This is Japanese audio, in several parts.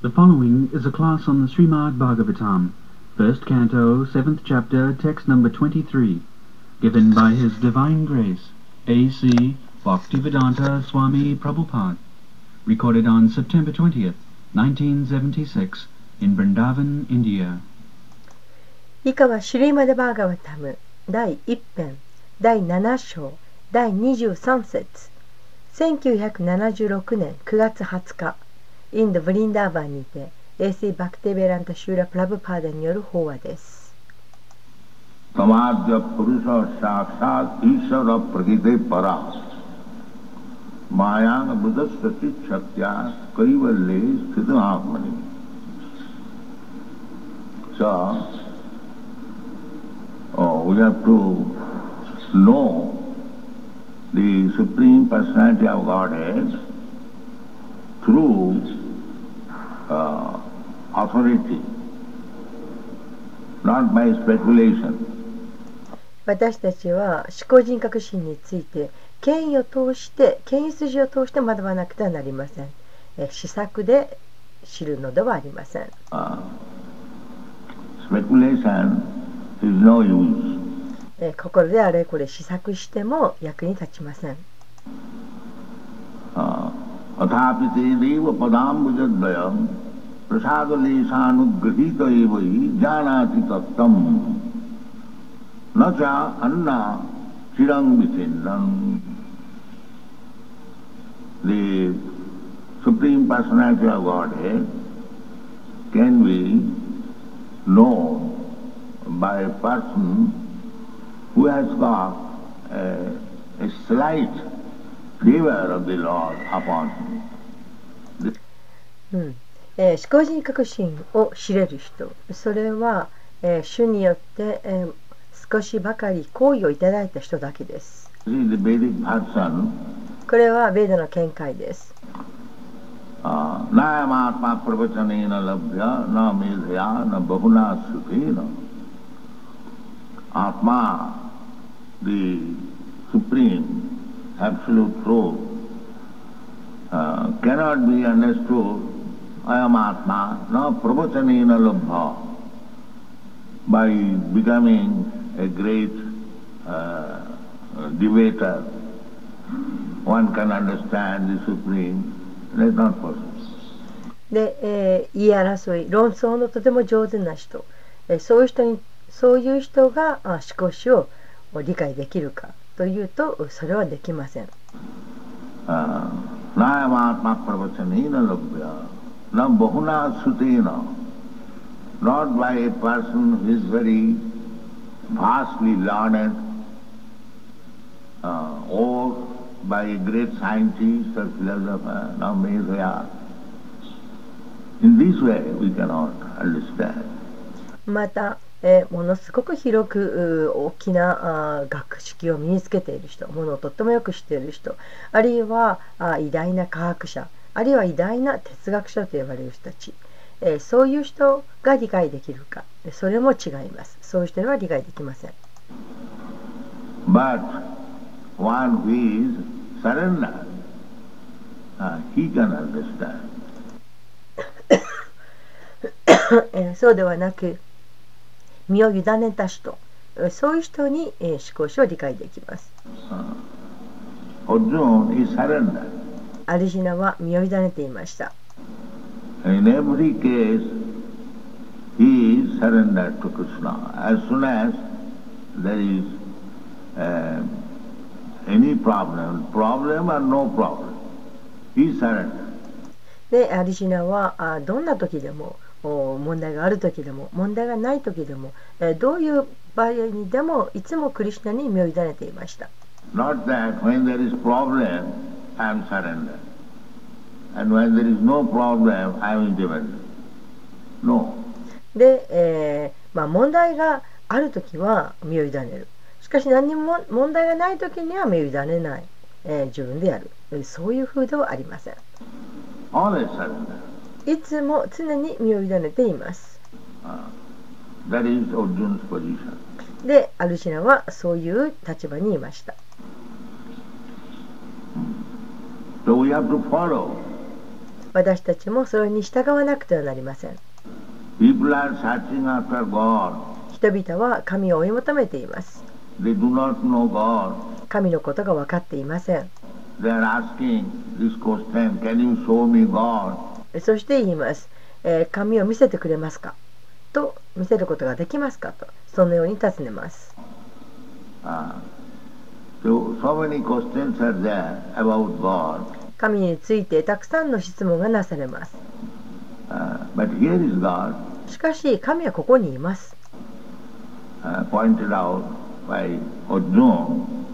The following is a class on the Srimad Bhagavatam, first canto, seventh chapter, text number 23, given by His Divine Grace, A.C. Bhaktivedanta Swami Prabhupada, recorded on September 20th, 1976, in Vrindavan, India. 以下はシュリーマデバーガワタム第1編第7章第23節1976年9月20日インド・ブリンダーバンにて衛星バクテベランタシューラ・プラブパーダによる法話です समाद्य पुरुष साक्षात ईश्वर प्रकृति परा मायां बुधस्थित शक्त्या कैवल्ये स्थित आत्मनि So, uh, we have to know the Supreme Personality of Godhead through uh, authority, not by speculation. 私たちは思考人格心について権威を通して権威筋を通して学ばなくてはなりませんえ試作で知るのではありません Uh, Speculation is no use. え心であれこれ試作しても役に立ちません अथापितेनैव पदाम्बुजद्वयं प्रसादलेशानुगृहीत एव हि जानाति तत्तम् न च अन्ना चिरं विचिन्नम् दि सुप्रीम् पर्सनालिटि आफ् गाड् हेड् केन् बि known by a person who has got a, a slight favor of the Lord upon him. うんえー思考人格心を知れる人それは、えー主によって、えー少しばかり好意をいただいた人だけです This is the Vedic person これはベーダの見解です uh, नायमात्मा प्रवचन न लभ्य न मेधया न बहुना श्रुतेन आत्मा दि सुप्रीम एब्सोल्यूट ट्रूथ uh, cannot be understood अयम आत्मा न प्रवचन न लभ्य by becoming a great uh, debater one can understand the supreme that's not possible で、えー言い争い論争のとても上手な人、えーそういう人にそういう人があ思考主を理解できるかというとそれはできません Ah. नायमात्मा प्रवचनेन लभ्य न बहुना श्रुतेन नॉट बाय ए पर्सन इज वेरी वास्टली लर्नेड ah, और बाय ए ग्रेट साइंटिस्ट और फिलोसोफर न मेधया इन दिस वे वी कैन नॉट अंडरस्टैंड また、えーものすごく広くうー大きなあー学識を身につけている人ものをとってもよく知っている人あるいはあー偉大な科学者あるいは偉大な哲学者と呼ばれる人たち、えーそういう人が理解できるかそれも違いますそういう人には理解できません But one who is surrendered, uh, he can understand. えーそうではなく身を委ねた人えーそういう人に、えー思考書を理解できます Arjuna Uh, is surrendered. アルジナは身を委ねていました In every case, he is surrendered to Krishna. As soon as there is uh, any problem, problem or no problem, he surrendered. でアルジナはあどんな時でもお問題がある時でも問題がない時でも、えーどういう場合にでもいつもクリシュナに身を委ねていました Not that when there is problem, I am surrendered. And when there is no problem, I am independent. No. で、えーまあ、問題がある時は身を委ねるしかし何にも問題がない時には身を委ねない、えー自分でやるえーそういう風ではありません Always surrender. いつも常に身を委ねています。 That is Arjuna's position. で、アルシナはそういう立場にいました。 So we have to follow 私たちもそれに従わなくてはなりません People are searching after God. 人々は神を追い求めています They do not know God. 神のことが分かっていません They are asking this question, can you show me God? そして言います、えー紙を見せてくれますかと見せることができますかとそのように尋ねます Uh, so, so many questions are there about God. 神についてたくさんの質問がなされます Uh, but here is God しかし神はここにいます uh, pointed out by Arjuna,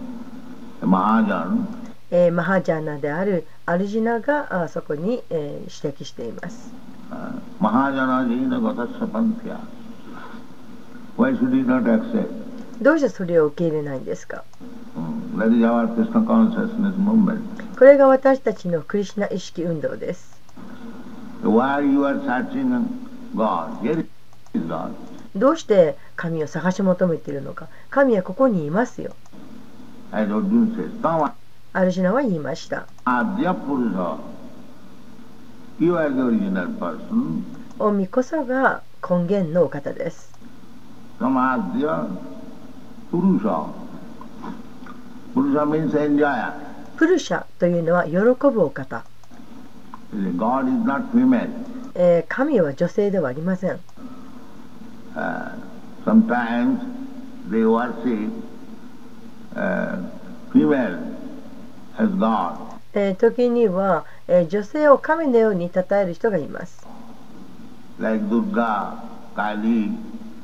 the Mahajan. えーマハジャーナであるアルジナがあそこに、えー指摘しています Uh, Mahajana Jina Gatasya Panthya. Why should he not accept? どうしてそれを受け入れないんですか Hmm, That is our Krishna consciousness movement. これが私たちのクリシュナ意識運動です Why you are searching God? Here is God. どうして神を探し求めているのか神はここにいますよ As Arjuna says, Now アルジナは言いました Adya Purusha. You are the original person. 御身こそが根源のお方です Samadya Purusha. Purusha means enjoyer. プルシャというのは喜ぶお方、 God is not female. えー神は女性ではありません Uh, sometimes they worship uh, female as God. えー時には、えー女性を神のように称える人がいます Like Durga, Kali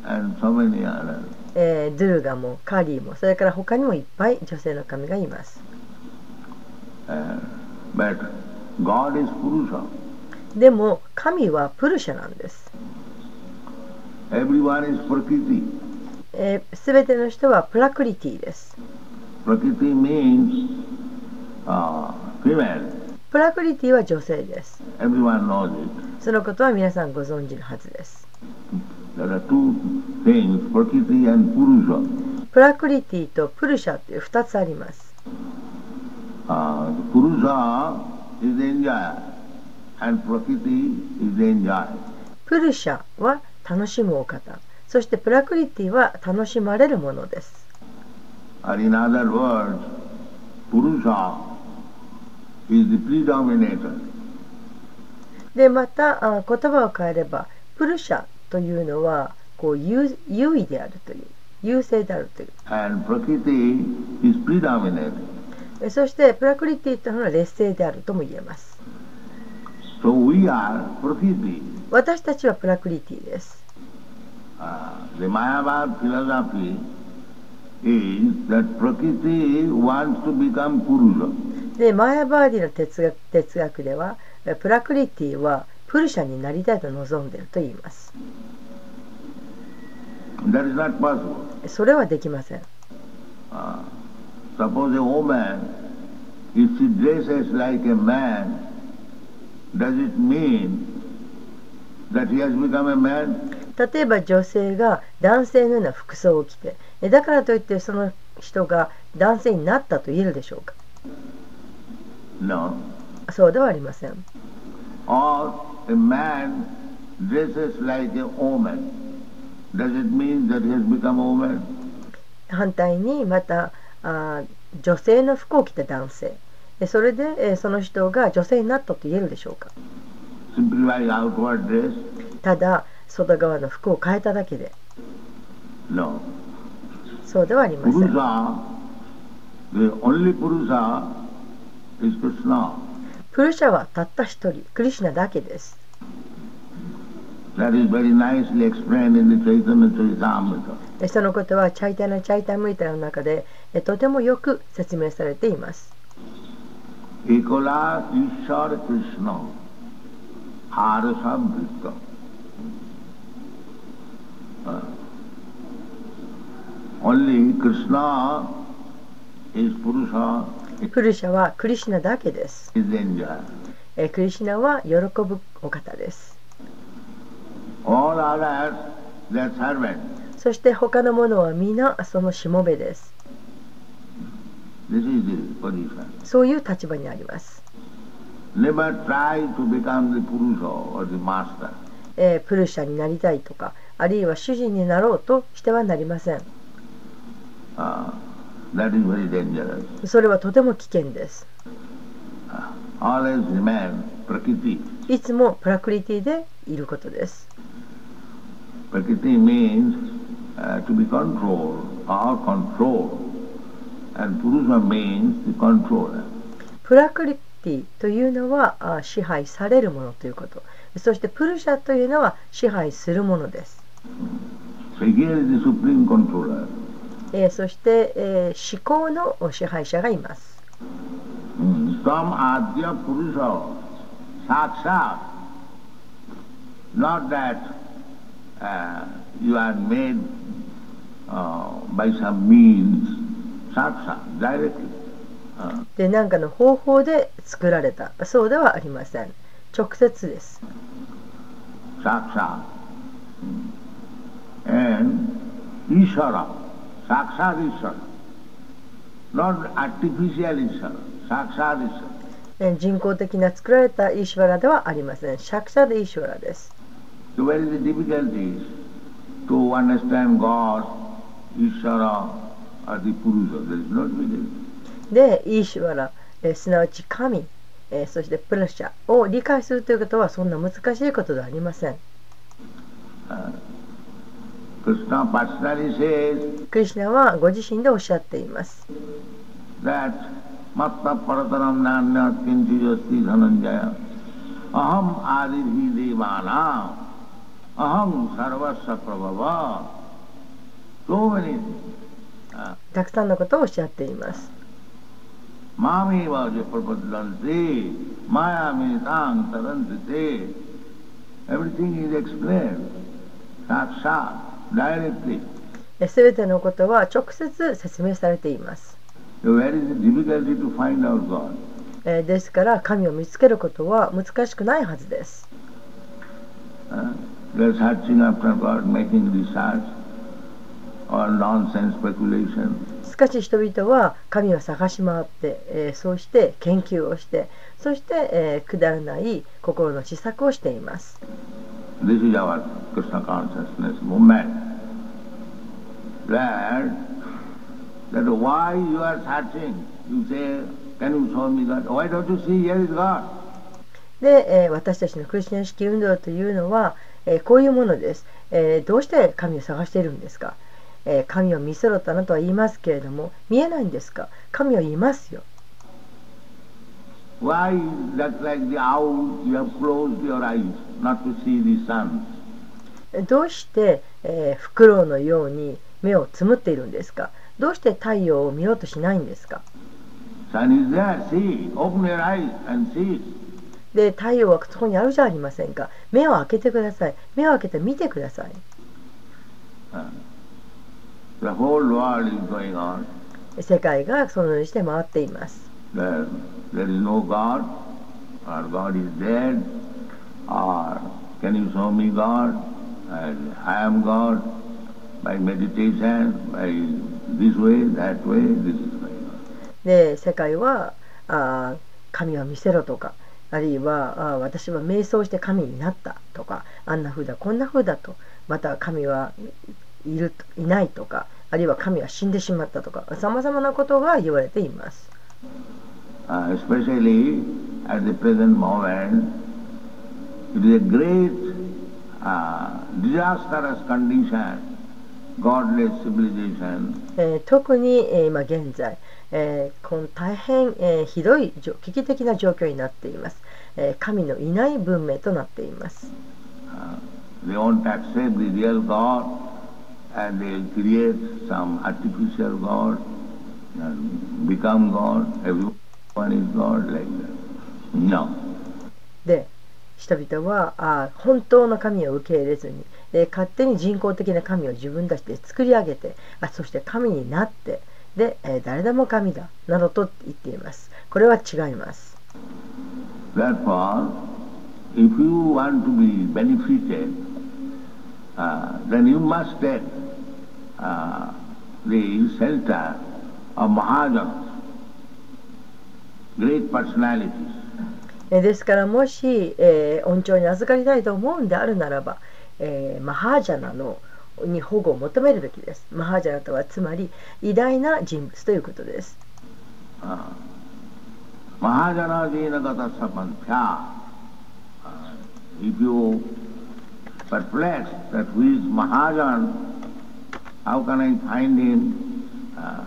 and so many others. えードゥルガもカーリーもそれから他にもいっぱい女性の神がいます Uh, but God is Purusha. でも神はプルシャなんです、 Everyone is Prakriti. えー、全ての人はプラクリティです Prakriti means uh, female. プラクリティは女性です Everyone knows it. そのことは皆さんご存知のはずです There are two things, Prakriti and Purusha. プラクリティとプルシャという2つあります、 Uh, Purusha is enjoyer and Prakriti is enjoy. プルシャは楽しむお方そしてプラクリティは楽しまれるものです Or in other words, Purusha is the predominator. でまたあ言葉を変えればプルシャというのはこう優優位であるという優勢であるという And Prakriti is predominator. えそしてプラクリティというのは劣勢であるとも言えます So we are Prakriti. 私たちはプラクリティです Uh, the Mayavad philosophy is that Prakriti wants to become Purusha. でマヤバーディの哲学哲学ではえプラクリティはプルシャになりたいと望んでいると言います That is not possible. それはできません Uh, suppose a woman, if she dresses like a man, does it mean that he has become a man? 例えば女性が男性のような服装を着てえだからといってその人が男性になったと言えるでしょうか No. そうではありません Or a man dresses like a woman. Does it mean that he has become a woman? 反対にまたあー女性の服を着た男性でそれでえーその人が女性になったと言えるでしょうか Simply by outward dress? ただ外側の服を変えただけで No. そうではありません Purusa, the only Purusa is Krishna. プルシャはたった一人クリシュナだけです That is very nicely explained in the Chaitanya Charitamrita. えそのことはチャイタナチャイタムイタの中でえとてもよく説明されています Ekola Ishwar Krishna Harasa Vritta. Uh, Only Krishna is Purusa, プルシャはクリシュナだけです is enjoyer. えークリシュナは喜ぶお方です。 All others, they are servants. そして他のものは皆そのしもべです。 This is the position. そういう立場にあります。 Never try to become the Purusha or the Master. えープルシャになりたいとかあるいは主人になろうとしてはなりません Ah, that is very dangerous. それはとても危険です Always remain Prakriti. いつもプラクリティでいることです Prakriti means uh, to be controlled or control. And Purusha means the controller. プラクリティというのはあ支配されるものということそしてプルシャというのは支配するものです、 So here is the supreme controller. えーそして、えー思考の支配者がいます Some Adya Purusha, Sakshat. Not that uh, you are made uh, by some means, Sakshat, directly. で何かの方法で作られたそうではありません直接です Sakshat. And Ishara, Sakshat Ishara. Not artificial Ishara, Sakshat Ishara. えー人工的な作られたイーシュワラではありませんシャクシャでイーシュワラです So where is the difficulty to understand God, Ishara, or the Purusha? There is no difficulty. でイーシュワラ、えーすなわち神、えーそしてプルシャを理解するということはそんな難しいことではありません Krishna personally says クリシュナはご自身でおっしゃっています that Matta Parataram Nanya Kinchijasti Dhananjaya Aham Adidhi Devanam Aham Sarvasya Prabhava So many things. たくさんのことをおっしゃっています Mamiva Japrapadlanti Mayamitang Tarantite Everything is explained. Sakshat, directly. すべてのことは直接説明されています。 So where is the difficulty to find out God? えーですから神を見つけることは難しくないはずです。 We are searching after God, making research or nonsense speculation. しかし人々は神を探し回って、えーそうして研究をして、そして、えーくだらない心の試作をしています。 This is our Krishna consciousness movement. Where that why you are searching? You say, can you show me God? Why don't you see here is God? で、えー私たちのクリスチャン式運動というのは、えーこういうものです、えーどうして神を探しているんですか、えー神を見せろとあなたは言いますけれども、見えないんですか神を言いますよ。 Why is that like the owl, you have closed your eyes not to see the sun? どうして、えーフクロウのように目をつむっているんですかどうして太陽を見ようとしないんですか Sun is there, see, open your eyes and see it. で太陽はそこにあるじゃありませんか目を開けてください目を開けて見てください The whole world is going on. 世界がそのようにして回っています There, there is no God, or God is dead, or can you show me God? And I am God by meditation, by this way, that way, this is going on. で世界はあー神を見せろとかあるいはあー私は瞑想して神になったとかあんな風だこんな風だとまた神はいるといないとかあるいは神は死んでしまったとかさまざまなことが言われています Uh, especially at the present moment, it is a great uh, disastrous condition, godless civilization. えー特に、えー今現在、えーこの大変、えーひどい状危機的な状況になっています、えー神のいない文明となっています、 They won't accept the real God and they'll create some artificial God and become God. Everyone is God like that. No. で人々はあー本当の神を受け入れずに、えー勝手に人工的な神を自分たちで作り上げてあそして神になってで、えー誰でも神だなどと言っていますこれは違います Therefore, if you want to be benefited, uh, then you must take uh, the shelter of Mahajans, great personalities. えーですからもし、えー、恩寵に預かりたいと思うんであるならば、えーマハージャナのに保護を求めるべきです。マハージャナとはつまり偉大な人物ということです。 Mahajanadina gata samanthya. Uh, If you perplexed that who is Mahajan, how can I find him? Uh,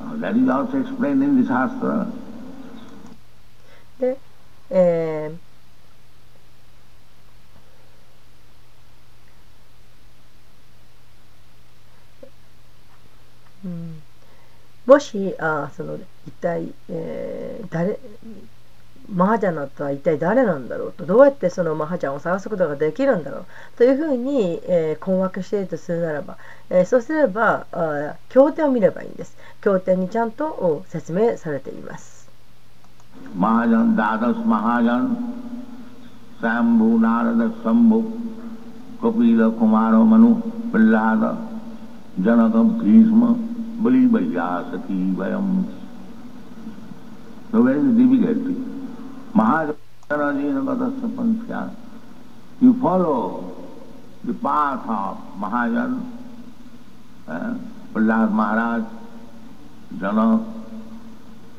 uh, that is also explained in the Shastra. で、えーうんもしあーその一体、えー誰マハジャンとは一体誰なんだろうとどうやってそのマハジャンを探すことができるんだろうというふうに、えー困惑しているとするならば、えーそうすればあー経典を見ればいいんです経典にちゃんとお説明されています Mahajan, Dadas Mahajan, Sambhu Narada Sambhu, Kapila Kumara Manu, Pillada, Janakam Bhisma, Bali Vayasati Vayam. So where is the difficulty? Mahajana Gata Sapanthya. You follow the path of Mahajan, eh? Prahlad Maharaj, Janak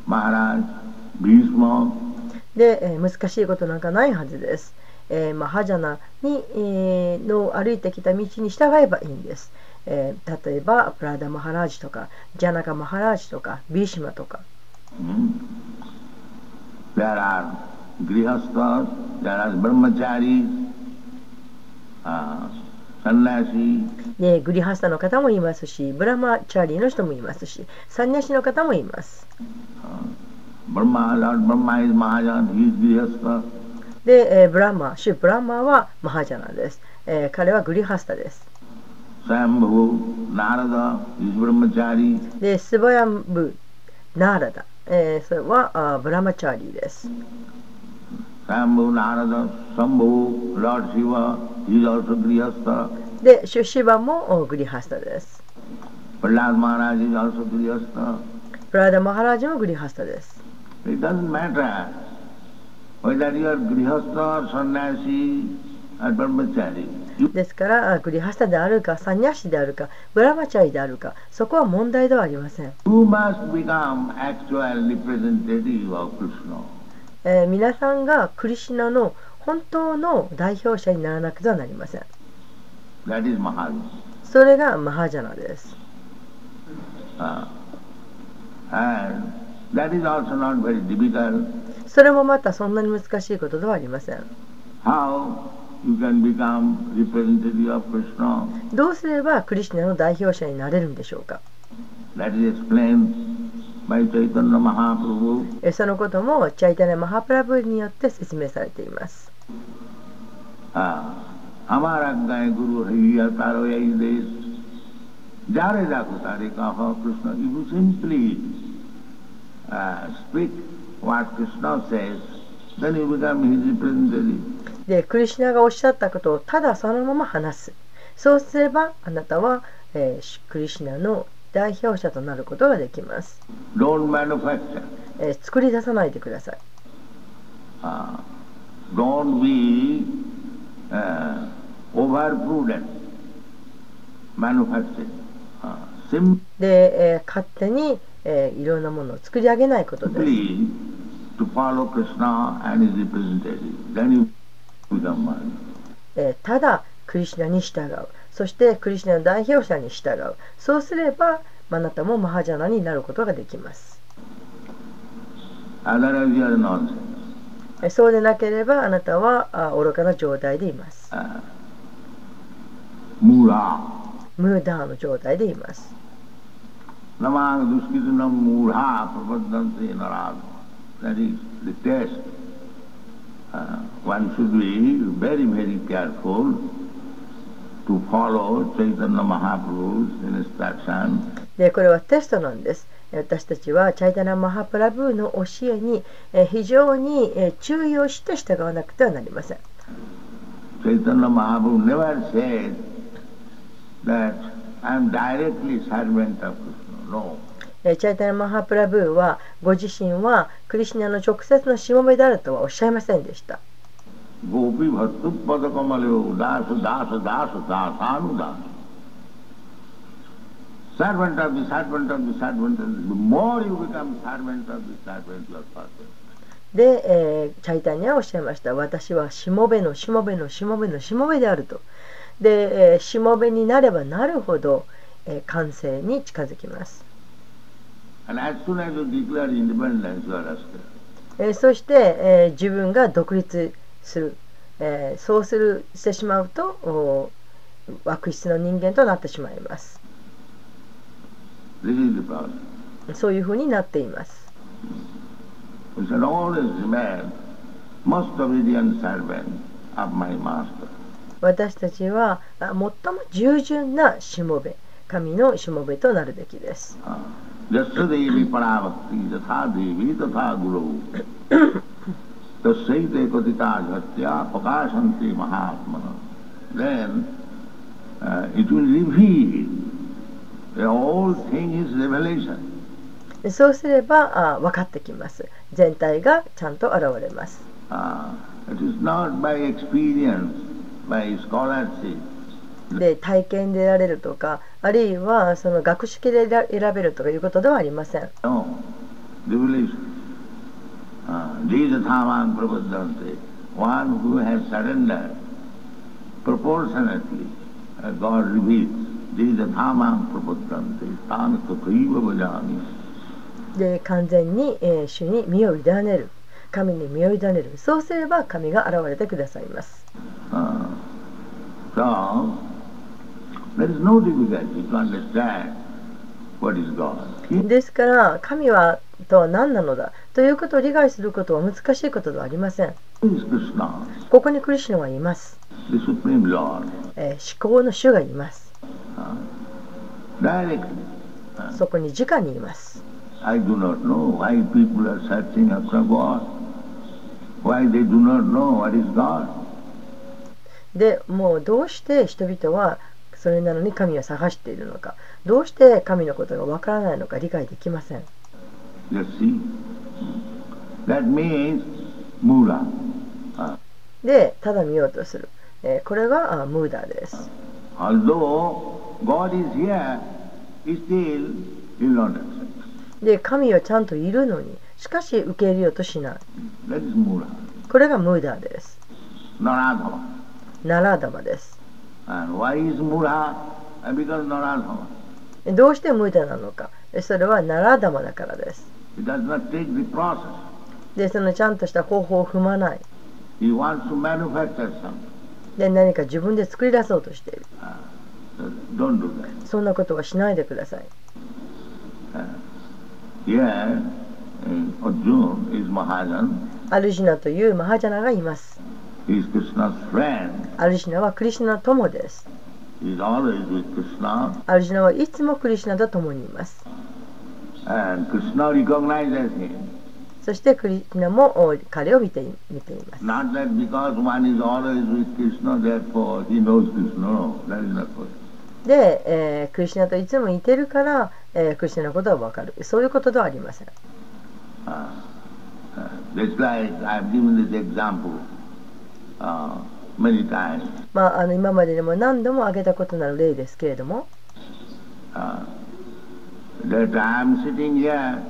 Maharaj, Bhisma, で、えー難しいことなんかないはずです。えーマハジャナに、えーの歩いてきた道に従えばいいんです。えー例えばプラダ・マハラージとかジャナカ・マハラージとかビーシマとか There are grihasthas, there are brahmacharis, uh, sannyasi, でグリハスタの方もいますしブラマチャーリーの人もいますしサンニャシの方もいます。 Brahma, Lord Brahma is Mahajan, he is grihastha. で、えーブラマ主ブラマはマハジャナです。えー彼はグリハスタです。 Sambhu, Narada, he is brahmachari. でスバヤンブナーラダ、えーそれはあーブラマチャーリーです。 Sambhu, Narada, Sambhu, Lord Shiva, he is also grihastha. でシュシバもおグリハスタです。 Prahlad Maharaj is also grihastha. プラダ・マハラージもグリハスタです。 It doesn't matter whether you are grihastha or sannyasi or brahmachari. You ですからあグリハスタであるかサニャシであるかブラマチャリであるかそこは問題ではありません、 You must become actual representative of Krishna. えー皆さんがクリシナの本当の代表者にならなくてはなりません That is Mahajan. それがマハジャナです、 Ah. And that is also not very difficult. それもまたそんなに難しいことではありません How you can become representative of Krishna? どうすればクリシナの代表者になれるんでしょうか、 That is explained by Chaitanya Mahaprabhu. えーそのこともチャイタネ・マハプラブによって説明されています、 Ah. हमारा गाय गुरु है तारो यही देश जा रे जाको तारे कहा कृष्ण इफ यू सिंपली स्पीक व्हाट कृष्ण सेज देन यू बिकम हिज रिप्रेजेंटेटिव でクリシナがおっしゃったことをただそのまま話すそうすればあなたは、えーしクリシナの代表者となることができます、 Don't manufacture. えー作り出さないでください Uh, don't be uh, over prudent. Manufacture. Uh, で、えー勝手に、えーいろんなものを作り上げないことです simply to follow Krishna and his representative. Then you become Maharaj. えーただクリシナに従うそしてクリシナの代表者に従うそうすればあなたもマハジャナになることができます、 Otherwise, you are nonsense. えーそうでなければあなたはあ愚かな状態でいます Uh, Mura. ムーダーの状態でいます Namang duskitanam mura prapadanti narad. That is the test. Uh, one should be very, very careful to follow Chaitanya Mahaprabhu's instruction. でこれはテストなんですえー私たちはチャイタナ・マハプラブーの教えにえー非常にえー注意をして従わなくてはなりません Chaitanya Mahaprabhu never said that I am directly servant of Krishna. No. えーチャイタナ・マハプラブーはご自身はクリシュナの直接のしもべであるとはおっしゃいませんでした गोपी भक्तु पद कमलो दास दास दास दास अनुदास servant of the servant of the servant of the, the more you become servant of the servant you are perfect. で、えーチャイタンにはおっしゃいました私はしもべのしもべのしもべのしもべであるとで、えーしもべになればなるほど、えー完成に近づきます、 And as soon as you declare independence, you are escaped. えーそして、えー自分が独立する、えーそうするしてしまうとお悪質の人間となってしまいます This is the problem. そういうふうになっています。 We shall always remain most obedient servant of my master. 私たちはあ最も従順なしもべ、神のしもべとなるべきです。 Jasya devi paravakti yatha devi tatha guru. Tasyaite katita jhatya pakashanti mahatmana. Then uh, it will reveal. The whole thing is revelation. でそうすればあ分かってきます。全体がちゃんと現れます。 Uh, it is not by experience, by scholarship. で、体験で得られるとか、あるいはその学識で選選べるとかいうことではありません。 No, revelation. Uh, Jijathaman Prabhadante, one who has surrendered proportionately, uh, God reveals. Jijathaman Prabhadante, Tanakakaiva Vajami. で、完全に、えー主に身を委ねる。神に身を委ねる。そうすれば神が現れてくださいます。 Uh, so, there is no difficulty to understand what is God. He ですから神はとは何なのだということを理解することは難しいことではありません。 is Krishna, ここにクリシュナはいます。 the Supreme Lord, えー、思考の主がいます。 directly. そこに直にいます。 I do not know why people are searching after God, why they do not know what is God. でもうどうして人々はそれなのに神を探しているのかどうして神のことがわからないのか理解できません。 Just see. That means mula. uh, でただ見ようとする。えーこれがあームーダーです。 Although God is here, he still will not accept. で神はちゃんといるのにしかし受け入れようとしない。 That is mula, これがムーダーです。 naradhava. ナラーダマです。 And why is mula? Uh, Because naradhava. どうしてムーダーなのかそれはナラーダマだからです。 He does not take the process. でそのちゃんとした方法を踏まない He wants to manufacture something. で何か自分で作り出そうとしている So don't do that. そんなことはしないでください Here, in Arjuna is Mahajan. アルジナというマハジャナがいます He is Krishna's friend. アルジナはクリシュナの友です He is always with Krishna, アルジナはいつもクリシュナと共にいます and Krishna recognizes him. そしてクリシュナもお彼を見てい見ています Not that because one is always with Krishna, therefore he knows Krishna. No, that is not correct. で、えークリシュナといつもいてるから、えークリシュナのことはわかるそういうことではありません Just like I have given this example uh, many times. まああの今までにも何度も挙げたことのある例ですけれども Uh, That I am sitting here,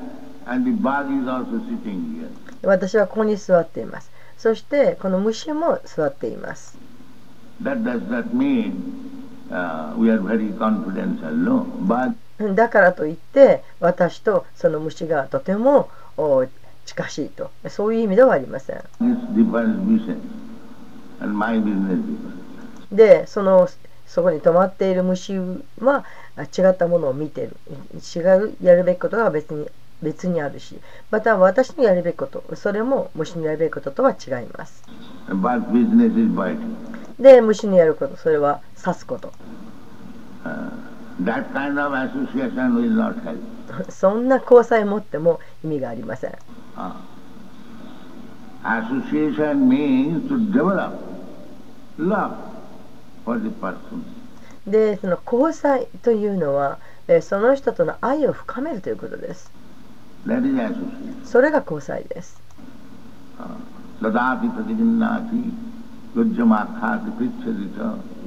and the bug is also sitting here. 私はここに座っていますそしてこの虫も座っています That does not mean uh, we are very confidential. No, bug だからといって私とその虫がとてもお近しいとそういう意味ではありません is different business, and my business is different. でそのそこに止まっている虫はあ違ったものを見ている違うやるべきことが別に別にあるしまた私のやるべきことそれも虫のやるべきこととは違います But business is biting. で虫のやることそれは刺すこと That kind of association will not help. そんな交際持っても意味がありません Ah. Association means to develop love for the person. でその交際というのはえーその人との愛を深めるということです That is association. それが交際です。 तदापि प्रतिबिन्नाति युज्यमाख्याति पृच्छति च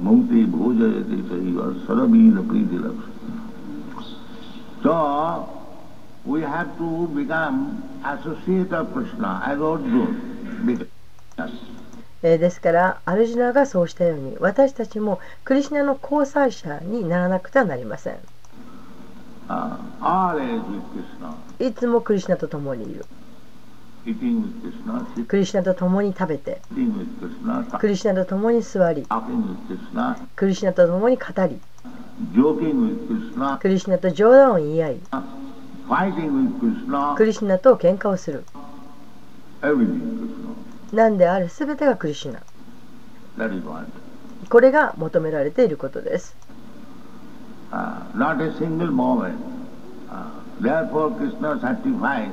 मुङ्क्ति भोजयति चैव सर्वीरप्रीतिलक्ष्य So, we have to become associate of Krishna as Arjuna. Because えーですから、アルジュナがそうしたように、私たちもクリシュナの交際者にならなくてはなりません。 uh, always with Krishna, いつもクリシュナと共にいる。 eating with Krishna, クリシュナと共に食べて、 sitting with Krishna, クリシュナと共に座り、 talking with Krishna, クリシュナと共に語り、 joking with Krishna, クリシュナと冗談を言い合い、 fighting with Krishna, クリシュナと喧嘩をする。 everything Krishna. なんであれ全てがクリシュナ。 That is what. これが求められていることです。 Uh, not a single moment. Uh, therefore, Krishna certified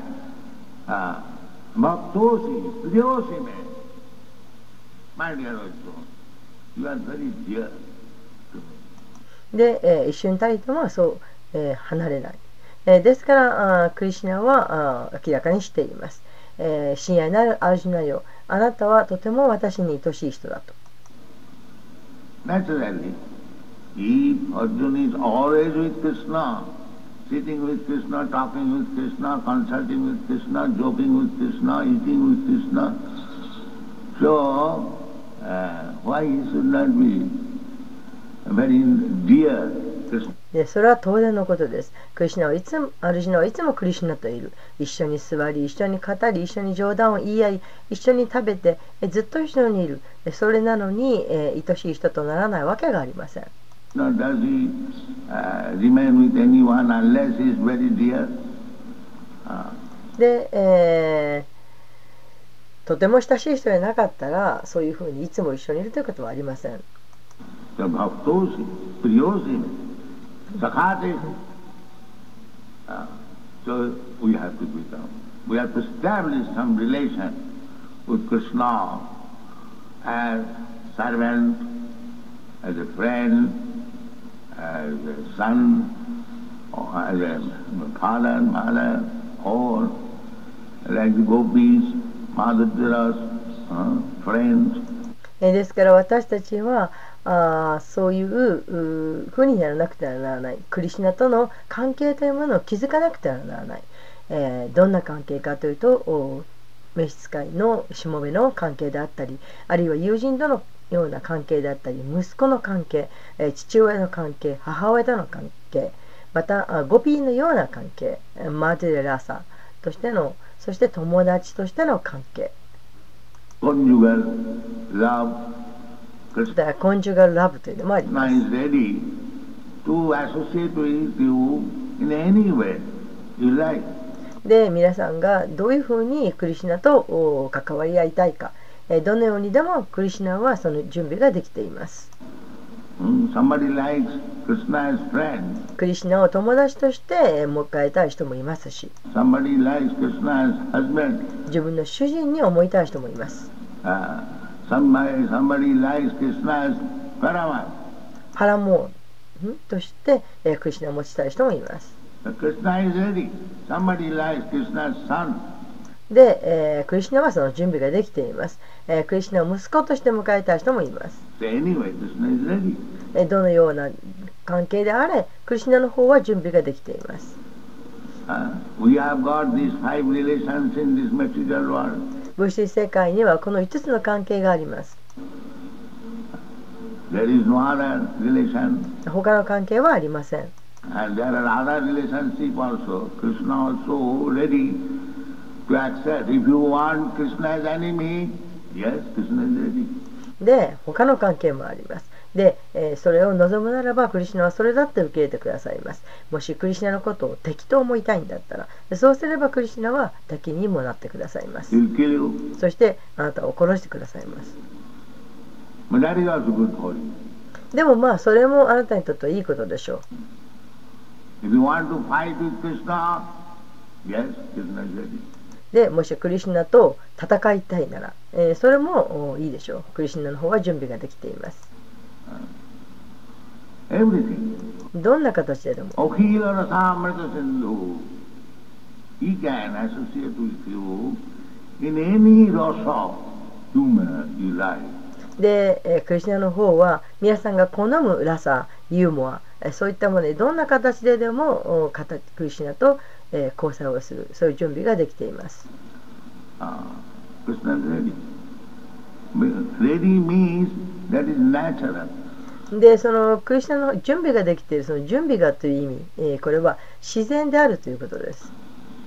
uh, Bhaktosi, Priyosi me. My dear Arjuna, you are very dear. で、えー一瞬たりともそう、えー離れない、えーですからあークリシュナはあー明らかにしています、えー親愛なるアルジュナよあなたはとても私に愛しい人だと Naturally, if Arjuna is always with Krishna, sitting with Krishna, talking with Krishna, consulting with Krishna, joking with Krishna, eating with Krishna, so uh, why he should not be very dear Krishna? でそれは当然のことですクリシュナはいつもアルジュナはいつもクリシュナといる一緒に座り一緒に語り一緒に冗談を言い合い一緒に食べてえーずっと一緒にいるえーそれなのに、えー愛しい人とならないわけがありません Nor does he uh, remain with anyone unless he is very dear. Uh, で、えーとても親しい人でなかったらそういうふうにいつも一緒にいるということはありません the bhaktosi, priyosi, sakhati. Uh, so we have to become, we have to establish some relation with Krishna as servant, as a friend, as a son, or as a father, mother, or like the gopis, madhutiras, uh, friends. えーですから私たちはあーそういううーふうにならなくてはならないクリシュナとの関係というものを築かなくてはならない、えーどんな関係かというとお召使いのしもべの関係であったりあるいは友人とのような関係であったり息子の関係、えー父親の関係母親との関係またあゴピーのような関係えーマズレラサとしてのそして友達としての関係 conjugal love, だ Krishna からコンジュガルラブというのもあります is ready to associate with you in any way you like. で皆さんがどういうふうにクリシュナとお関わり合いたいかえーどのようにでもクリシュナはその準備ができています Hmm? Somebody likes Krishna as friend, クリシュナを友達としてえー迎えたい人もいますし somebody likes Krishna as husband, 自分の主人に思いたい人もいます uh, somebody, somebody likes Krishna as Paramat. パラモーンとしてえークリシュナを持ちたい人もいます So Krishna is ready. Somebody likes Krishna as son. で、えークリシュナはその準備ができています、えークリシュナを息子として迎えたい人もいます、 So anyway, Krishna is ready. えーどのような関係であれクリシュナの方は準備ができています Uh, we have got these five relations in this material world. 物質世界にはこの5つの関係があります There is no other relation, 他の関係はありません and there are other relationship also. Krishna also ready to accept. If you want Krishna as enemy, yes, Krishna is ready. で他の関係もありますで、えーそれを望むならばクリシュナはそれだって受け入れてくださいますもしクリシュナのことを敵と思いたいんだったらでそうすればクリシュナは敵にもなってくださいます、 He'll kill you, そしてあなたを殺してくださいます but that is also good for you. でもまあそれもあなたにとってはいいことでしょう If you want to fight with Krishna, yes, Krishna is ready. でもしクリシュナと戦いたいなら、えーそれもおいいでしょうクリシュナの方は準備ができています Everything. どんな形ででも Okhila Rasamrita Sindhu He can associate with you in any rasa of humor you like. で、えークリシュナの方は皆さんが好むラサユーモア、えーそういったものでどんな形ででもお形クリシュナと、えー交際をするそういう準備ができています Ah, Krishna is ready. Ready means that is natural. でそのクリシュナの準備ができているその準備がという意味、えーこれは自然であるということです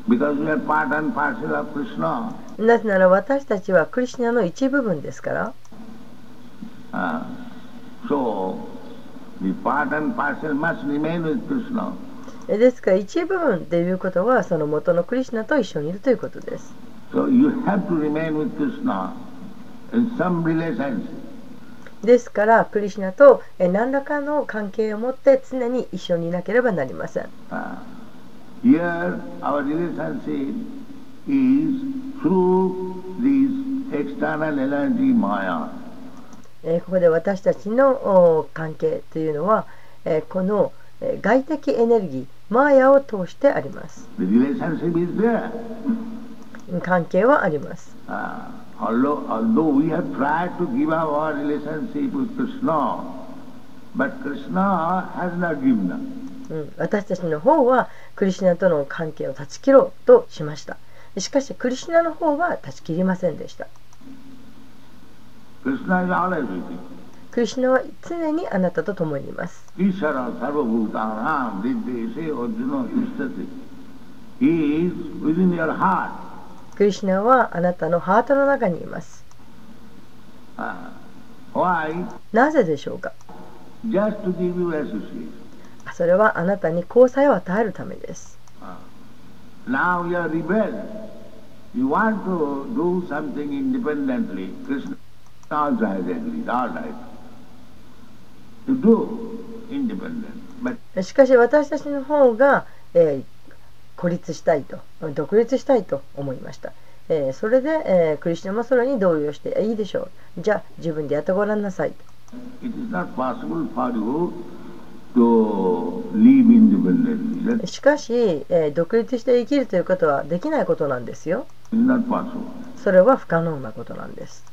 Because we are part and parcel of Krishna. なぜなら私たちはクリシュナの一部分ですから Ah, so the part and parcel must remain with Krishna. えーですから一部分ということはその元のクリシュナと一緒にいるということです So you have to remain with Krishna in some relationship. ですからクリシュナとえー何らかの関係を持って常に一緒にいなければなりません Ah. Here our relationship is through this external energy Maya. えーここで私たちのお関係というのは、えーこの、えー外的エネルギーマーヤを通してあります The relationship is there. 関係はあります Ah, although, although we have tried to give up our relationship with Krishna, but Krishna has not given up. うん、私たちの方はクリシュナとの関係を断ち切ろうとしましたしかしクリシュナの方は断ち切りませんでした Krishna is all everything. クリシュナは常にあなたと共にいます Ishara sarvabhutanam riddhese arjuna ishtati. He is within your heart. クリシュナはあなたのハートの中にいます Ah, why? なぜでしょうか Just to give you association. それはあなたに交際を与えるためです Now you are rebel. You want to do something independently. Krishna also has agreed. All right. To do independent. But しかし私たちの方が、えー孤立したいと独立したいと思いました、えーそれで、えークリシュナもそれに同意をしてえいいでしょうじゃあ自分でやってごらんなさい it is not possible for you to live independently. That しかし、えー独立して生きるということはできないことなんですよ is not possible. それは不可能なことなんです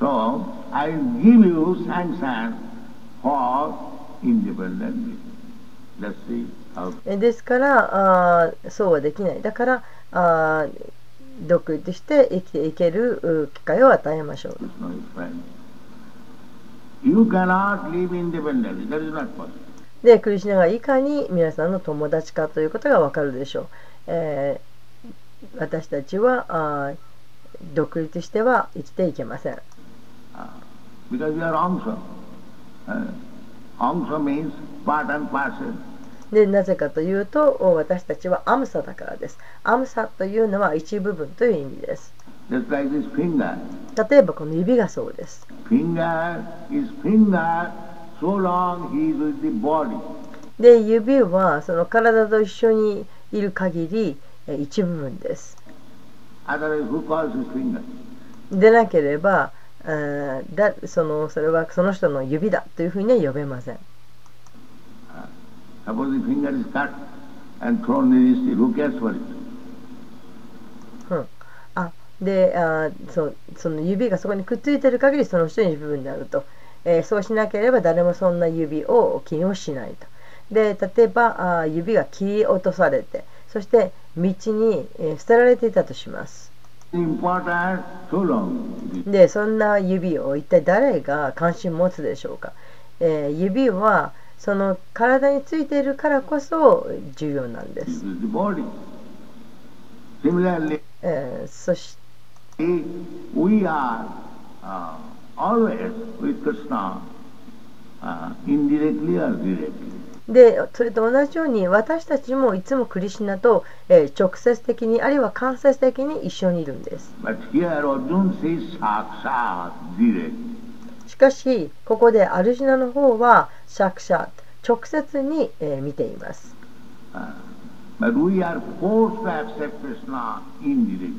So I give you sanction for independent living. Let's see how えーですからあーそうはできないだからあー独立して生きていけるう機会を与えましょう Krishna is friend. You cannot live independently. That is not possible. でクリシュナがいかに皆さんの友達かということがわかるでしょう、えー私たちはあー独立しては生きていけません Because you are angsa. Uh, angsa means part and parcel. でなぜかというとお私たちはアムサだからですアムサというのは一部分という意味です Just like this finger. 例えばこの指がそうです Finger is finger so long he is with the body. で指はその体と一緒にいる限りえー一部分です Otherwise, who calls his finger? でなければえーだそのそれはその人の指だというふうには呼べません Suppose the finger is cut and thrown in the street. Who cares for it? であーそうその指がそこにくっついてる限りその人に部分であると、えーそうしなければ誰もそんな指を気にもしないとで例えばあー指が切り落とされてそして道に、えー捨てられていたとします Important so long. it is. でそんな指を一体誰が関心持つでしょうか、えー指はその体についているからこそ重要なんで It is す、 the body. Similarly, えーそし we are uh, always with Krishna, uh, indirectly or directly. でそれと同じように私たちもいつもクリシュナと、えー直接的にあるいは間接的に一緒にいるんです But here Arjuna says sakshat, direct. しかしここでアルジュナの方はシャクシャ直接に、えー見ています But we are forced to accept Krishna indirectly.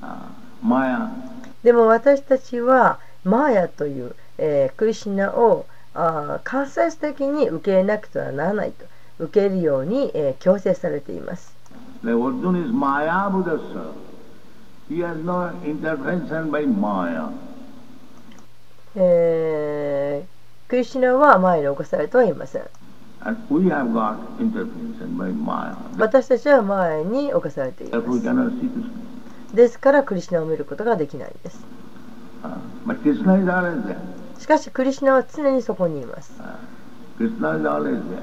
Uh, Maya, でも私たちはマーヤという、えークリシュナをあー間接的に受け入れなくてはならないと受け入れるように、えー強制されています The Arjuna is Maya Buddhasa. He has no intervention by Maya. えークリシュナは前に起こされてはいません And we have got intervention by Maya. 私たちは前に侵されていま Therefore we す cannot see Krishna. ですからクリシュナを見ることができないんです Uh, But Krishna is always there. しかしクリシュナは常にそこにいます Krishna is always there.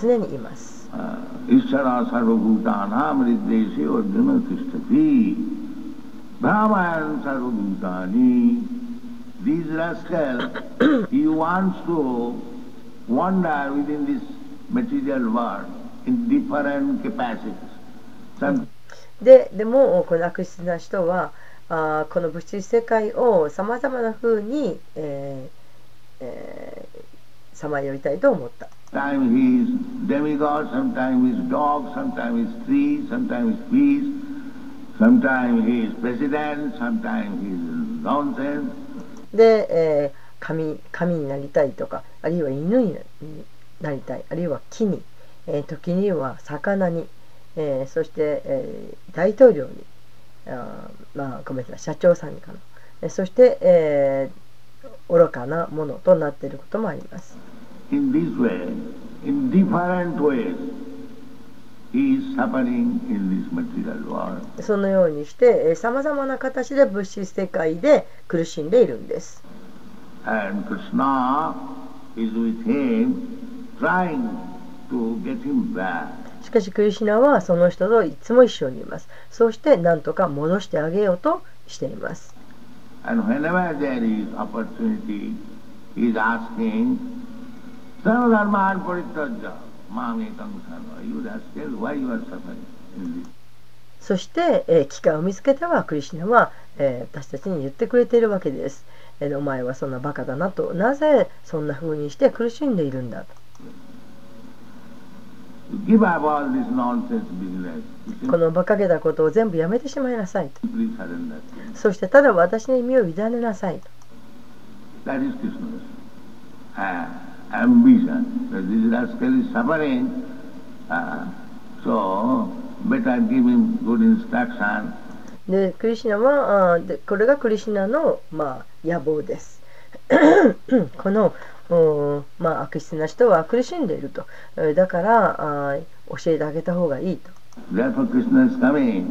常にいます Uh, Ishvara sarvabhutanam riddesi arjuna tishtati. Brahman sarvabhutani. These rascals, he wants to wander within this material world in different capacities. Some ででもこの悪質な人はあーこの物質世界をさまざまな風にえさまよいたいと思った、 Sometimes he is demigod, sometimes he is dog, sometimes he is tree, sometimes he is peace, sometimes he is president, sometimes he is nonsense. で、えー神神になりたいとかあるいは犬になになりたいあるいは木に、えー時には魚に、えーそして、えー大統領にあーまあごめんなさい社長さんにかなえーそして、えー愚かなものとなっていることもあります In this way, in different ways, he is suffering in this material world. そのようにしてさまざまな形で物質世界で苦しんでいるんです And Krishna is with him, trying to get him back. しかしクリシュナはその人といつも一緒にいますそして何とか戻してあげようとしています And whenever there is opportunity, he is asking, Sarvadharman parityajya, mam ekam sarva." You rascal, why you are suffering in this? そして、えー機会を見つけてはクリシュナは、えー私たちに言ってくれているわけです、えーお前はそんなバカだなとなぜそんな風にして苦しんでいるんだと You give up all this nonsense business. You この馬鹿げたことを全部やめてしまいなさいと simply surrender. そしてただ私に身を委ねなさいと That is Krishna's uh, ambition. That this rascal is suffering, uh, so better give him good instruction. でクリシュナはあーでこれがクリシュナの、まあ、野望です この、うんまあ、悪質な人は苦しんでいるとえーだからあー教えてあげた方がいいと Therefore Krishna is coming.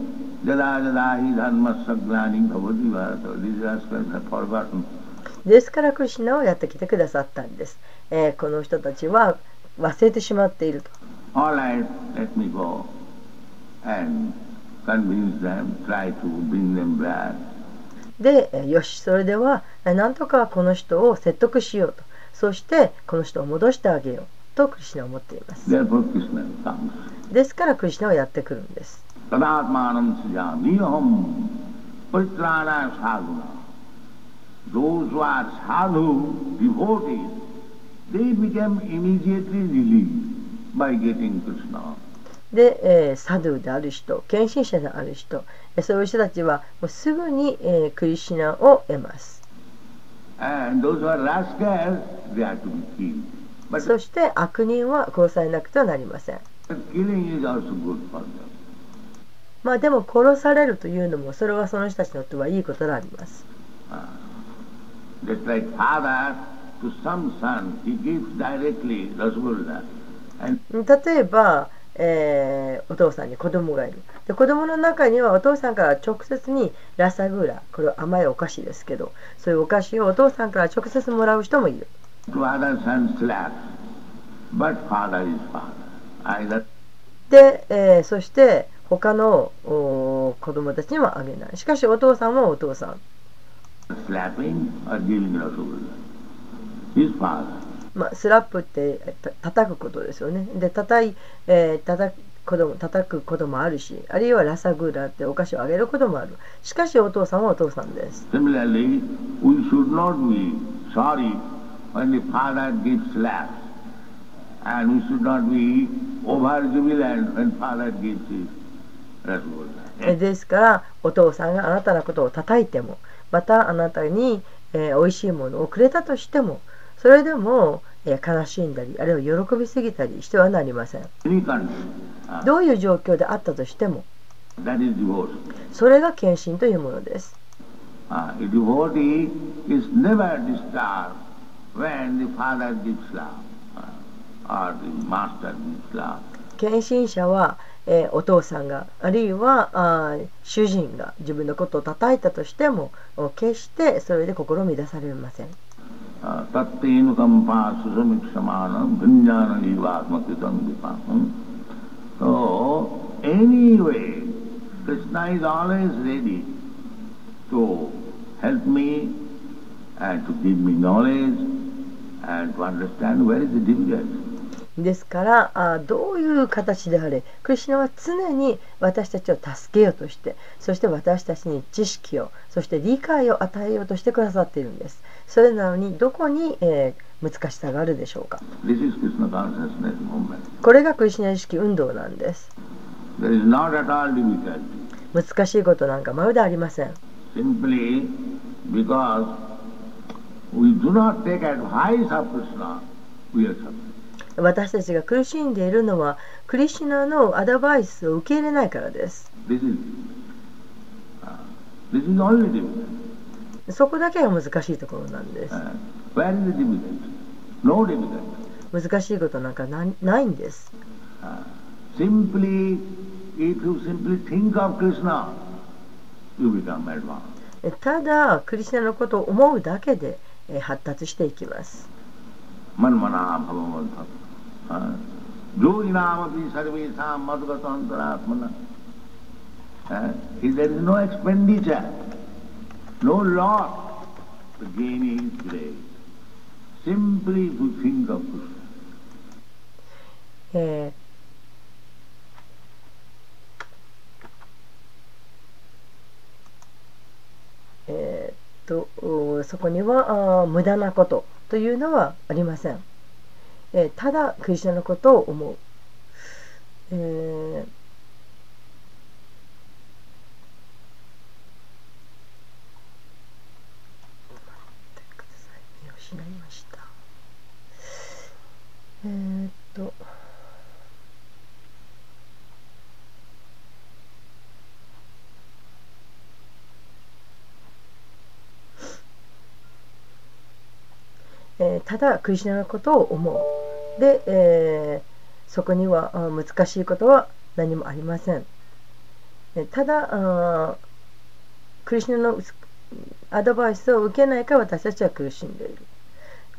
Jada jada hi dharma sagnani bhavati bharata. These rascals have forgotten. ですからクリシュナはやってきてくださったんです、えーこの人たちは忘れてしまっていると All right, let me go and convince them, try to bring them back. で、えーよしそれではえーなんとかこの人を説得しようとそしてこの人を戻してあげようとクリシュナは思っています Therefore Krishna comes. ですからクリシュナはやってくるんです तदात्मानं सृजाम्यहं परित्राणाय साधुना Those who are sadhu, devotees, they become immediately relieved by getting Krishna. で、えーサドゥである人献身者である人えーそういう人たちはもうすぐに、えークリシュナを得ます And those who are rascals, they are to be killed. But そして悪人は殺されなくてはなりません killing is also good for them. まあでも殺されるというのもそれはその人たちにとってはいいことであります Just like father to some son, he gives directly Rasgulla. And 例えば、えーお父さんに子供がいるで子供の中にはお父さんから直接にラサグーラこれは甘いお菓子ですけどそういうお菓子をお父さんから直接もらう人もいる to other son slaps. But father is father. Either で、えーそして他のおー子供たちにはあげないしかしお父さんはお父さん、 slapping or giving Rasgulla. His father. まあ、スラップってえた叩くことですよねで叩い、えー叩く子供叩くこともあるしあるいはラサグーラってお菓子をあげることもあるしかしお父さんはお父さんです Similarly, we should not be sorry when the father gives slaps. And we should not be over jubilant when father gives his rasgulla. えですからお父さんがあなたのことを叩いてもまたあなたに、えー美味しいものをくれたとしてもそれでも、えー悲しんだりあるいは喜びすぎたりしてはなりません Any country, Ah. どういう状況であったとしても That is divorce. それが献身というものです Ah, a devotee is never disturbed when the father gives love ah, or the master gives love. 献身者は、えーお父さんがあるいはあー主人が自分のことを叩いたとしてもお決してそれで心乱されません Ah, Tattva-inukampa susamiksamana vijnana jivatmakitam vipakam. So, anyway, Krishna is always ready to help me and to give me knowledge and to understand where is the difficulty. ですからあーどういう形であれクリシュナは常に私たちを助けようとしてそして私たちに知識をそして理解を与えようとしてくださっているんですそれなのにどこに、えー難しさがあるでしょうか This is Krishna consciousness movement. これがクリシュナ意識運動なんです There is not at all difficulty. 難しいことなんかまるでありません Simply because we do not take advice of Krishna, we are suffering. 私たちが苦しんでいるのはクリシュナのアドバイスを受け入れないからです This is uh, this is only difficulty. そこだけが難しいところなんです Uh, where is the difficulty? No difficulty. 難しいことなんかなんないんです Uh, simply, if you simply think of Krishna, you become advanced. えただクリシュナのことを思うだけでえー発達していきます Manmana bhavamantam. Uh, Yoginamapi sarvesam madhugatantaratmana. Uh, if there is no expenditure, no lot, the gain is great. Simply to think of Krishna. えーえーっとうーそこにはあー無駄なことというのはありません、えーただクリシュナのことを思う、えー待ってください見失いましたえーっとえーただクリシュナのことを思うで、えーそこにはあー難しいことは何もありませんえーただあークリシュナのアドバイスを受けないから私たちは苦しんでいる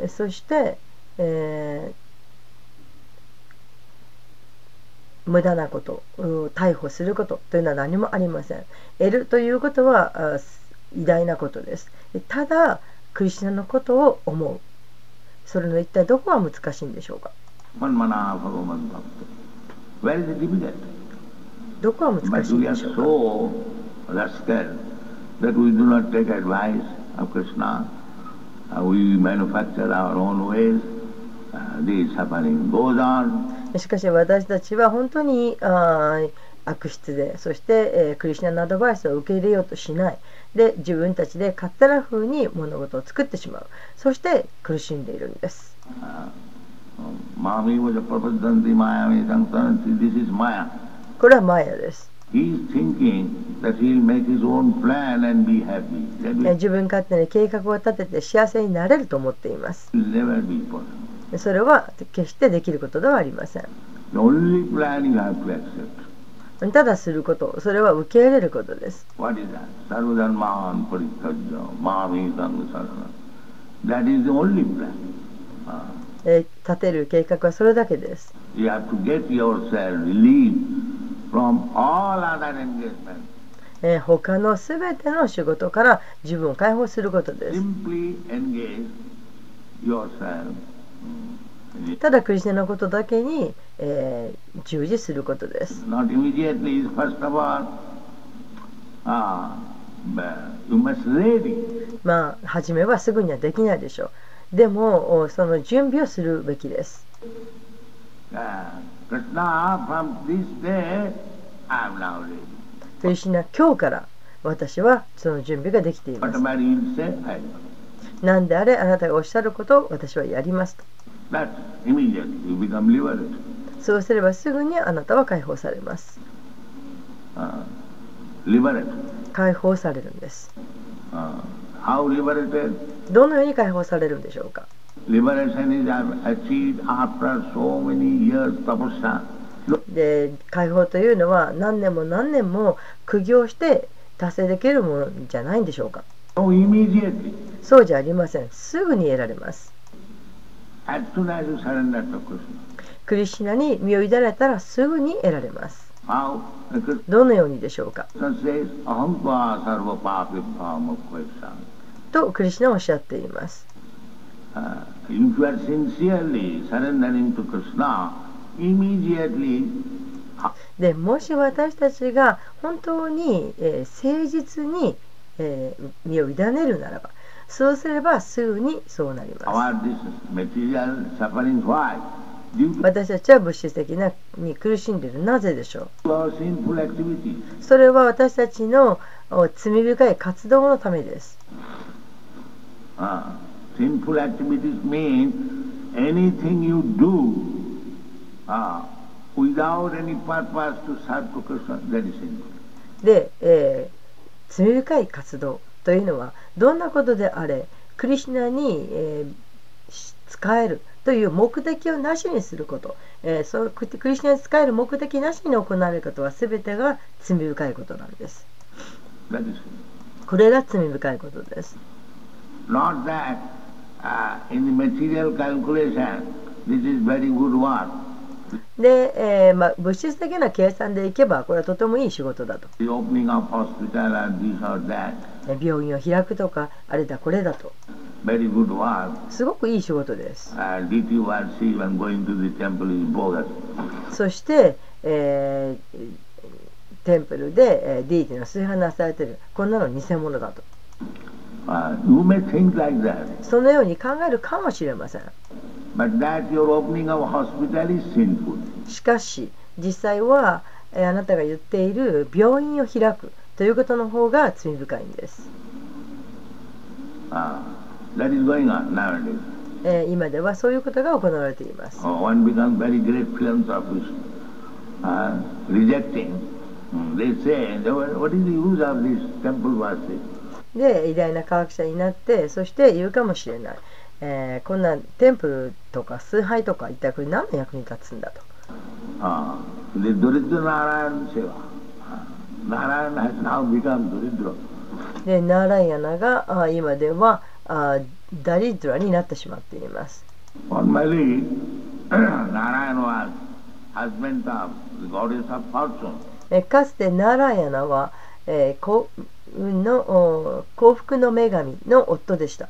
えーそして、えー無駄なことうー逮捕することというのは何もありません得るということはあーす偉大なことですえただクリシュナのことを思うそれの一体どこが難しいんでしょうか Manmana bhavamantam. Where is the difficulty? どこが But 難しいん we are でしょうか so rascal that we do not take advice of Krishna. Uh, we manufacture our own ways. Uh, the suffering goes on. しかし私たちは本当にあー悪質でそして、えークリシュナのアドバイスを受け入れようとしないで自分たちで勝手な風に物事を作ってしまうそして苦しんでいるんです Uh, Mami was a prapadanti maya tanti. This is maya. これはマヤです、 He is thinking that he'll make his own plan and be happy. That えー will 自分勝手に計画を立てて幸せになれると思っています never be possible. それは決してできることではありません The only plan you have to accept. ただすることそれは受け入れることです What is that? Sarvadharmaan parityajya mahamidam sarana. That is the only plan. Ah, えー立てる計画はそれだけです。 you have to get yourself relieved from all other engagements. えー他のすべての仕事から自分を解放することです。 Simply engage yourself. mm, in- ただクリスナのことだけに、えー従事することです。 Not immediately, first of all, ah, but you must ready. まあ初めはすぐにはできないでしょう。でもおその準備をするべきです。 Ah, Krishna, from this day, I am now ready. クリスナ今日から私はその準備ができていま What す。 about you say? I know. なんであれあなたがおっしゃることを私はやりますと。 That immediately you become liberated. そそうすればすぐにあなたは解放されます uh, liberated. 解放されるんです Uh, how liberated? どのように解放されるんでしょうか Liberation is a- achieved after so many years tapasya. で解放というのは何年も何年も苦行して達成できるものじゃないんでしょうか No, immediately. そうじゃありませんすぐに得られます As soon as you surrender to Krishna. クリシュナに身を委ねたらすぐに得られます How? The Krishna どのようにでしょうか says, Aham tva sarva papibhvam upvesshami." とクリシュナはおっしゃっています Uh, if you are sincerely surrendering to Krishna, immediately でもし私たちが本当に、えー誠実に、えー身を委ねるならばそうすればすぐにそうなります our this material suffering, why? Due to 私たちは物質的なに苦しんでいるなぜでしょう our sinful activities. それは私たちのお罪深い活動のためです Uh, sinful activities mean anything you do uh, without any purpose to serve to Krishna, that is sinful. で、えー罪深い活動というのはどんなことであれクリシュナに、えーし使えるという目的をなしにすること、えーそうククリシュナに使える目的なしに行われることは全てが罪深いことなんです。 That is sinful. これが罪深いことです。 Not that uh, in the material calculation, this is very good work. で、えーまあ、物質的な計算でいけばこれはとてもいい仕事だと、 The opening of hospital or this or that, えー病院を開くとかあれだこれだと very good work. すごくいい仕事です。 Uh, DTYC when going to the temple is bogus. そして、えーテンプルで、えーディーティの炊飯なされてるこんなの偽物だと Uh, you may think like that, そのように考えるかもしれません but that your opening of hospital is sinful. しかし実際は、えーあなたが言っている病院を開くということの方が罪深いんです、 Uh, that is going on nowadays. えー今ではそういうことが行われています Uh, one becomes very great philanthropist, uh, rejecting. Mm, They say, what is the use of this temple worship? で偉大な科学者になってそして言うかもしれない、えーこんなテンプルとか崇拝とか一体これ何の役に立つんだと Uh, the Duridra Narayan Seva. Uh, Narayan has now become Duridra. でナーライアナがあ今ではあダリドラになってしまっています Formerly, Narayan was husband of the goddess of fortune. えかつてナーライアナは、えー幸運のお幸福の女神の夫でした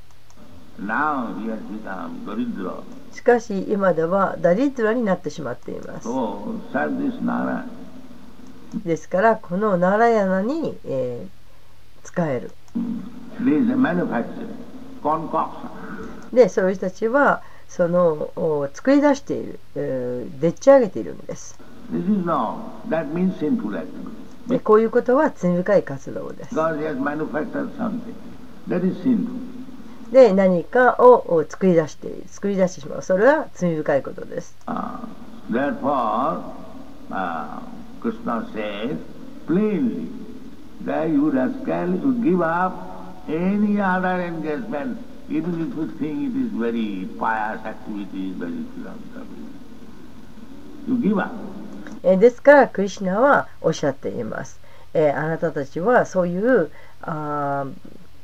Now he has become Daridra. しかし今ではダリドラになってしまっています So serve this Narayan. ですからこのナーライアナに、えー使える There is a manufacturer, concoction. でそういう人たちはそのお作り出している、えーでっち上げているんです This is now, that means sinful activity. でこういうことは罪深い活動です God has manufactured something. That is sinful. で何かをお作り出して作り出してしまうそれは罪深いことです Uh, therefore, uh, Krishna says plainly that you rascal, you give up any other engagement, even if you think it is very pious activity, very philanthropy. You give up. えーですからクリシュナはおっしゃっています、えーあなたたちはそういうあー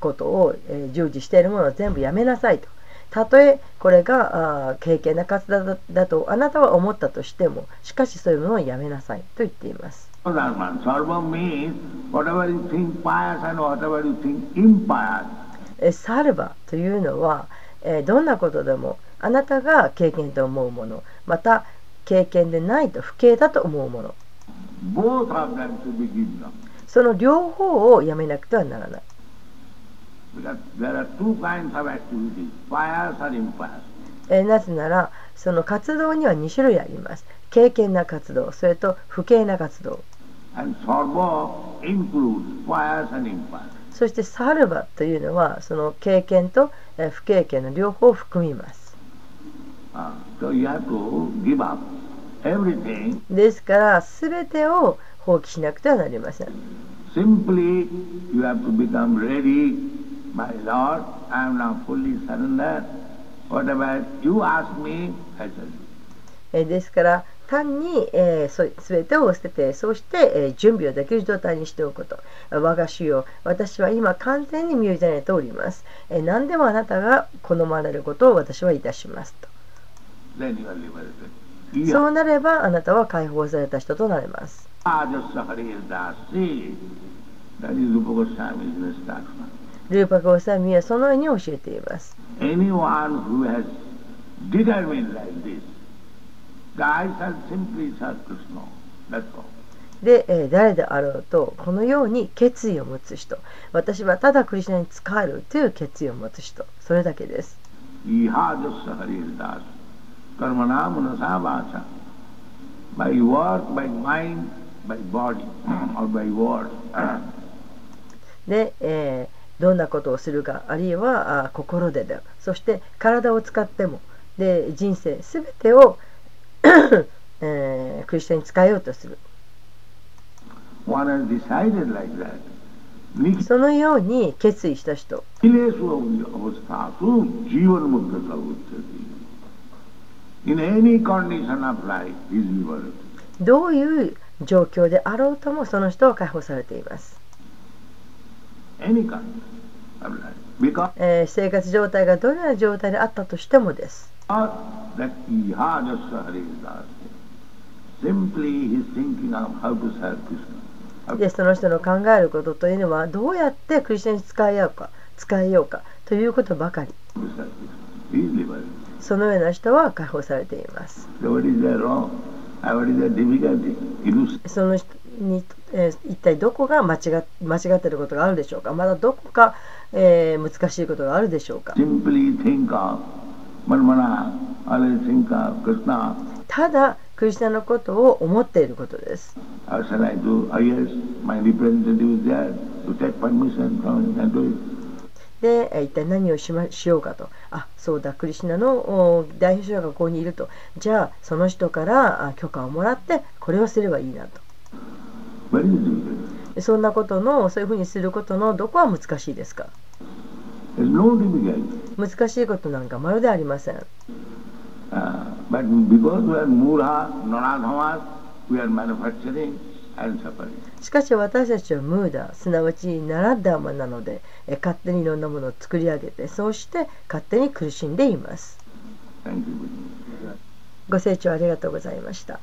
ことを、えー従事しているものを全部やめなさいとたとえこれがあー経験な活動だだとあなたは思ったとしてもしかしそういうものをやめなさいと言っています Sarvam. Sarvam means whatever you think pious and whatever you think impious. えーサルバというのは、えーどんなことでもあなたが経験と思うものまた経験でないと不敬だと思うもの Both of them should be given up. その両方をやめなくてはならない Because there are two kinds of activities, pious or impious. えーなぜならその活動には2種類あります経験な活動それと不敬な活動 And sarva includes pious and impious. そしてサルバというのはその経験とえー不経験の両方を含みます Ah, so you have to give up everything ですから全てを放棄しなくてはなりません Simply, you have to become ready. My Lord, I am now fully surrendered. Whatever you ask me, I shall do. えーですから単に、えーそう全てを捨ててそして、えー準備をできる状態にしておくこと我が主よ私は今完全に身を委ねております、えー何でもあなたが好まれることを私はいたしますと Then you are liberated. You そ are うなればあなたは解放された人となれます just Hari Dasi. That is Rupa Goswami's instruction. ルーパゴーサミはそのように教えています Anyone who has determined like this, I shall simply serve Krishna. That's all. で、えー誰であろうとこのように決意を持つ人私はただクリシナに仕えるという決意を持つ人それだけです Ihajasya Haridas. Karmana manasa vacha. By work, by mind, by body, or by word. で、えーどんなことをするかあるいはあー心でだそして体を使ってもで人生すべてを、 えークリスチャンに使えようとする One has decided like that. そのように決意した人 Nikilesu avasthasu jivan mukta uchati. In any condition of life, he is liberated. どういう状況であろうともその人は解放されています、 Any condition of life. Because えー生活状態がどのような状態であったとしてもです、 that Ihajasya Haridas. Simply he is thinking of how to serve Krishna. でその人の考えることというのはどうやってクリスチャンに使い合うか使いようかということばかり He is liberated. そのような人は解放されています So what is the wrong? Uh, What is the difficulty? If you その人に、えー一体どこが間違っ間違ってることがあるでしょうかまだどこか、えー難しいことがあるでしょうか simply think of Manmana, always think of Krishna, ただクリスチャンのことを思っていることです how shall I do? Ah yes, my representative is there to take permission from him and do it. でえー一体何をし,、ま、しようかとあそうだクリシナのお代表者がここにいるとじゃあその人からあ許可をもらってこれをすればいいなと Very difficult. そんなことのそういうふうにすることのどこは難しいですか There's no difficulty. 難しいことなんかまるでありません Uh, but because we are Murha, Naradhamas, we are manufacturing and suffering. しかし私たちはムーダすなわちナラッダーマなのでえ勝手にいろんなものを作り上げてそうして勝手に苦しんでいます Thank you. ご清聴ありがとうございました